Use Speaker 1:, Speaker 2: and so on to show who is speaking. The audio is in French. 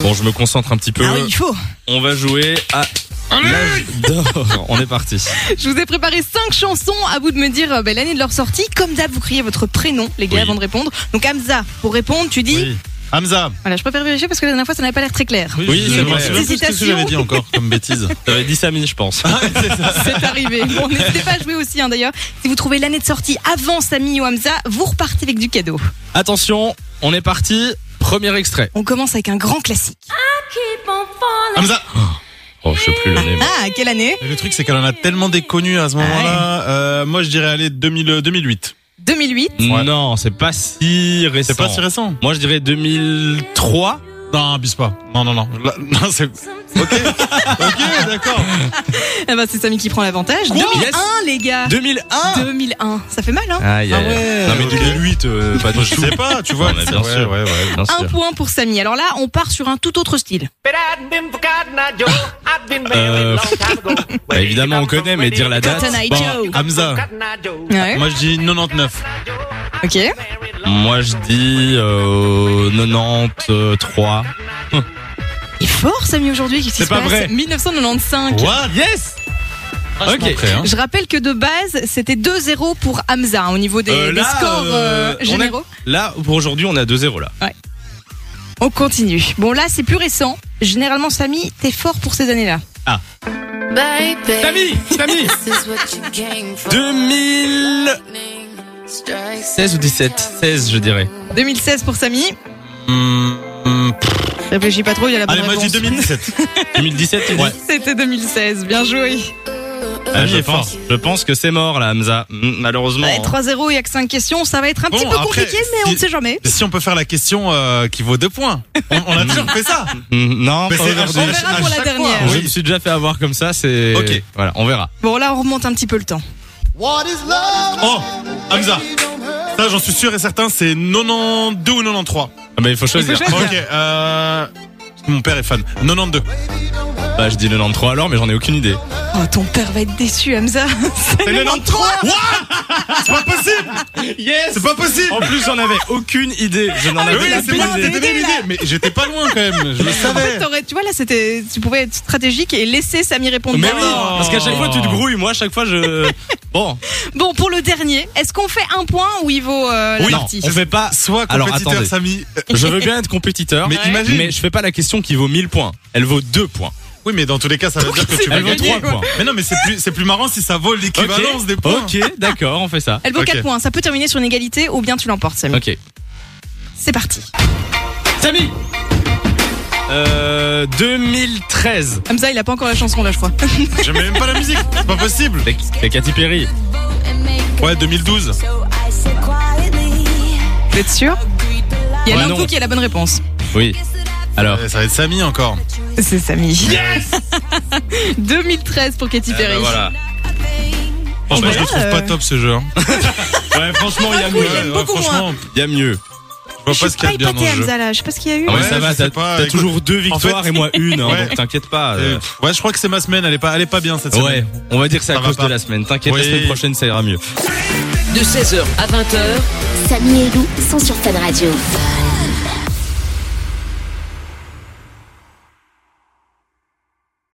Speaker 1: Bon, je me concentre un petit peu.
Speaker 2: Ah oui, il faut.
Speaker 1: On va jouer à l'âge d'or. On est parti.
Speaker 2: Je vous ai préparé cinq chansons. À vous de me dire euh, ben, l'année de leur sortie. Comme d'hab, vous criez votre prénom, les gars,
Speaker 1: Oui.
Speaker 2: avant de répondre. Donc Hamza, pour répondre, tu dis.
Speaker 3: Hamza.
Speaker 2: Voilà, je préfère vérifier parce que la dernière fois, ça n'avait pas l'air très clair.
Speaker 1: Oui, c'est vrai.
Speaker 3: Je sais même plus ce que j'avais dit encore comme bêtise. Ah.
Speaker 1: T'avais dit Samy, je pense.
Speaker 2: C'est arrivé. Bon, n'hésitez pas à jouer aussi, hein, d'ailleurs. Si vous trouvez l'année de sortie avant Samy ou Hamza, vous repartez avec du cadeau.
Speaker 1: Attention, on est parti. Premier extrait.
Speaker 2: On commence avec un grand classique.
Speaker 4: keep on falling.
Speaker 3: Hamza.
Speaker 1: Oh, je sais plus le nez.
Speaker 2: Ah, quelle année
Speaker 3: Et Le truc, c'est qu'elle en a tellement des connus à ce moment-là. Euh, moi, je dirais aller 2000, euh, 2008.
Speaker 2: 2008.
Speaker 3: Ouais.
Speaker 1: Non, c'est pas si récent.
Speaker 3: C'est pas si récent.
Speaker 1: Moi, je dirais 2003.
Speaker 3: Non, abuse pas. Non, non, non. Là, non, c'est. Ok. ok, d'accord.
Speaker 2: Eh ben, c'est Samy qui prend l'avantage. 2001,
Speaker 1: Yes.
Speaker 2: les gars.
Speaker 1: 2001.
Speaker 2: 2001. Ça fait mal, hein
Speaker 1: Aïe, aïe,
Speaker 3: Ah
Speaker 1: aïe.
Speaker 3: ouais.
Speaker 1: Non, mais
Speaker 3: Ok.
Speaker 1: 2008, euh, pas
Speaker 3: Moi,
Speaker 1: de
Speaker 3: je sais pas, tu vois.
Speaker 1: Ouais, bien
Speaker 3: Ouais,
Speaker 1: sûr.
Speaker 3: ouais, ouais.
Speaker 1: Bien
Speaker 2: Un
Speaker 1: sûr.
Speaker 2: point pour Samy. Alors là, on part sur un tout autre style.
Speaker 5: But I've been forgotten, I joke. I've been married a long time ago.
Speaker 1: Euh, Bah, évidemment, on connaît, mais dire la date.
Speaker 2: Cotton Eye Joe.
Speaker 3: Bon, Hamza.
Speaker 5: Forgotten, I joke.
Speaker 2: Ouais.
Speaker 3: Moi, je dis 99.
Speaker 2: Ok.
Speaker 1: Moi, je dis euh, 93.
Speaker 2: Il est fort, Samy, aujourd'hui. Qu'est-ce qui
Speaker 3: C'est
Speaker 2: se
Speaker 3: pas
Speaker 2: passe
Speaker 3: vrai. hein.
Speaker 2: 1995.
Speaker 3: What? Yes!
Speaker 1: Ok.
Speaker 3: Prêt, hein.
Speaker 2: Je rappelle que de base, c'était 2-0 pour Hamza hein, au niveau des,
Speaker 1: Euh,
Speaker 2: des scores euh,
Speaker 1: euh, on a-
Speaker 2: généraux.
Speaker 1: là, pour aujourd'hui, on a 2-0 là.
Speaker 2: On continue. Bon, là, c'est plus récent. Généralement, Samy, t'es fort pour ces années-là.
Speaker 6: Baby,
Speaker 1: Samy Samy
Speaker 6: this is what you came for.
Speaker 1: 2016
Speaker 6: 16
Speaker 1: ou 17 16, je dirais.
Speaker 2: 2016 pour Samy. Réfléchis pas trop, il y a la bonne
Speaker 3: Hmm, Allez, moi, je dis
Speaker 2: réponse.
Speaker 3: 2017.
Speaker 1: 2017, tu dis
Speaker 3: Ouais.
Speaker 2: C'était 2016. Bien joué.
Speaker 1: Ah,
Speaker 3: Il
Speaker 1: je,
Speaker 3: est fort.
Speaker 1: pense, je pense que c'est mort là, Hamza. Mm, Malheureusement.
Speaker 2: Ouais, 3-0, il y a que 5 questions. Ça va être un
Speaker 3: Bon,
Speaker 2: petit peu
Speaker 3: après,
Speaker 2: compliqué, mais on
Speaker 3: si-
Speaker 2: ne sait jamais.
Speaker 3: Si on peut faire la question euh, qui vaut deux points. On, on a toujours fait ça.
Speaker 1: Mm, Non,
Speaker 3: Mais
Speaker 1: pas
Speaker 3: c'est
Speaker 1: aujourd'hui.
Speaker 3: à
Speaker 2: On verra
Speaker 3: à
Speaker 2: pour la
Speaker 3: chaque fois.
Speaker 2: dernière.
Speaker 1: Je
Speaker 3: Oui.
Speaker 1: me suis déjà fait avoir comme ça, c'est.
Speaker 3: Ok.
Speaker 1: Voilà, on verra.
Speaker 2: Bon, là, on remonte un petit peu le temps.
Speaker 3: Oh, Hamza. Ça, j'en suis sûr et certain, c'est 92 ou 93.
Speaker 1: Ah, bah, il faut choisir.
Speaker 2: choisir.
Speaker 3: Ok, euh. Mon père est fan. 92.
Speaker 1: Bah, je dis 93 alors, mais j'en ai aucune idée.
Speaker 2: Oh, ton père va être déçu, Hamza. C'est
Speaker 3: 93 C'est pas possible
Speaker 1: Yes
Speaker 3: C'est pas possible
Speaker 1: En plus, j'en avais aucune idée. Je n'en
Speaker 2: Ah,
Speaker 1: avais
Speaker 2: mais
Speaker 3: Oui,
Speaker 2: la
Speaker 3: Oh, c'est moi qui
Speaker 2: blindée,
Speaker 3: t'ai donné
Speaker 2: là.
Speaker 3: l'idée, mais j'étais pas loin quand même, je le
Speaker 2: En fait,
Speaker 3: savais.
Speaker 2: t'aurais- tu vois, là, c'était, tu pouvais être stratégique et laisser Samy répondre.
Speaker 1: Mais
Speaker 2: par
Speaker 1: oui,
Speaker 2: là.
Speaker 1: parce qu'à chaque fois tu te grouilles, moi à chaque fois je. Bon,
Speaker 2: Bon, pour le dernier, est-ce qu'on fait un point ou il vaut euh, la
Speaker 1: non,
Speaker 2: partie
Speaker 1: on fait pas.
Speaker 3: Soit
Speaker 1: Alors,
Speaker 3: compétiteur
Speaker 1: attendez.
Speaker 3: Samy. Euh,
Speaker 1: Je veux bien être compétiteur,
Speaker 3: Mais
Speaker 1: mais,
Speaker 3: imagine.
Speaker 1: je fais pas la question qui vaut 1000 points. Elle vaut 2 points.
Speaker 3: Oui, mais dans tous les cas, ça veut dire que
Speaker 2: c'est
Speaker 3: tu
Speaker 2: pas
Speaker 3: vas
Speaker 1: Elle vaut
Speaker 2: gagné,
Speaker 3: gagner.
Speaker 1: 3
Speaker 2: quoi.
Speaker 1: points.
Speaker 3: Mais non, mais c'est plus, c'est plus marrant si ça vaut l'équivalence des points.
Speaker 1: Ok, d'accord, on fait ça.
Speaker 2: Elle vaut
Speaker 3: Ok.
Speaker 2: 4 points. Ça peut terminer sur une égalité ou bien tu l'emportes, Samy.
Speaker 1: Ok.
Speaker 2: C'est parti.
Speaker 1: Samy Euh. 2013.
Speaker 2: Hamza, il a pas encore la chanson, là, je crois.
Speaker 3: J'aime même pas la musique, c'est pas possible.
Speaker 1: C'est c'est Katy Perry.
Speaker 3: Ouais, 2012.
Speaker 2: Vous êtes sûr Il y a
Speaker 1: Ouais,
Speaker 2: l'un de
Speaker 1: non.
Speaker 2: vous qui a la bonne réponse.
Speaker 1: Oui. Alors.
Speaker 3: Ouais, Eh, Ça va être Samy encore.
Speaker 2: C'est Samy. 2013 pour
Speaker 3: Eh
Speaker 2: Katy
Speaker 3: ben
Speaker 2: Perry.
Speaker 1: bah, voilà.
Speaker 3: Franchement,
Speaker 1: bah,
Speaker 3: je le trouve pas top ce jeu. hein.
Speaker 1: Ouais, franchement, Ah il y a
Speaker 2: Oui,
Speaker 1: mieux.
Speaker 2: j'aime beaucoup
Speaker 3: franchement,
Speaker 1: Il y a mieux.
Speaker 3: je vois
Speaker 2: Je
Speaker 3: pas
Speaker 2: suis
Speaker 3: ce qu'il y
Speaker 2: pas
Speaker 3: a de bien dans
Speaker 2: épatée,
Speaker 3: ce jeu.
Speaker 2: Hamza, là. Je sais pas ce qu'il y a eu.
Speaker 1: Ah
Speaker 3: Ouais,
Speaker 1: mais ça
Speaker 3: je
Speaker 1: va,
Speaker 3: sais
Speaker 1: t'as
Speaker 3: pas,
Speaker 1: t'as
Speaker 3: écoute,
Speaker 1: toujours deux victoires et moi une, hein,
Speaker 3: Ouais.
Speaker 1: donc t'inquiète pas.
Speaker 3: Euh,
Speaker 1: euh,
Speaker 3: Ouais, je crois que c'est ma semaine, elle est pas, elle est pas bien cette semaine.
Speaker 1: Ouais, on va dire que c'est à
Speaker 3: Ça va
Speaker 1: cause
Speaker 3: pas.
Speaker 1: de la semaine. T'inquiète, la
Speaker 3: Oui.
Speaker 1: semaine prochaine, ça ira mieux.
Speaker 7: De 16h à 20h,
Speaker 8: Samy et Lou sont sur Fan Radio.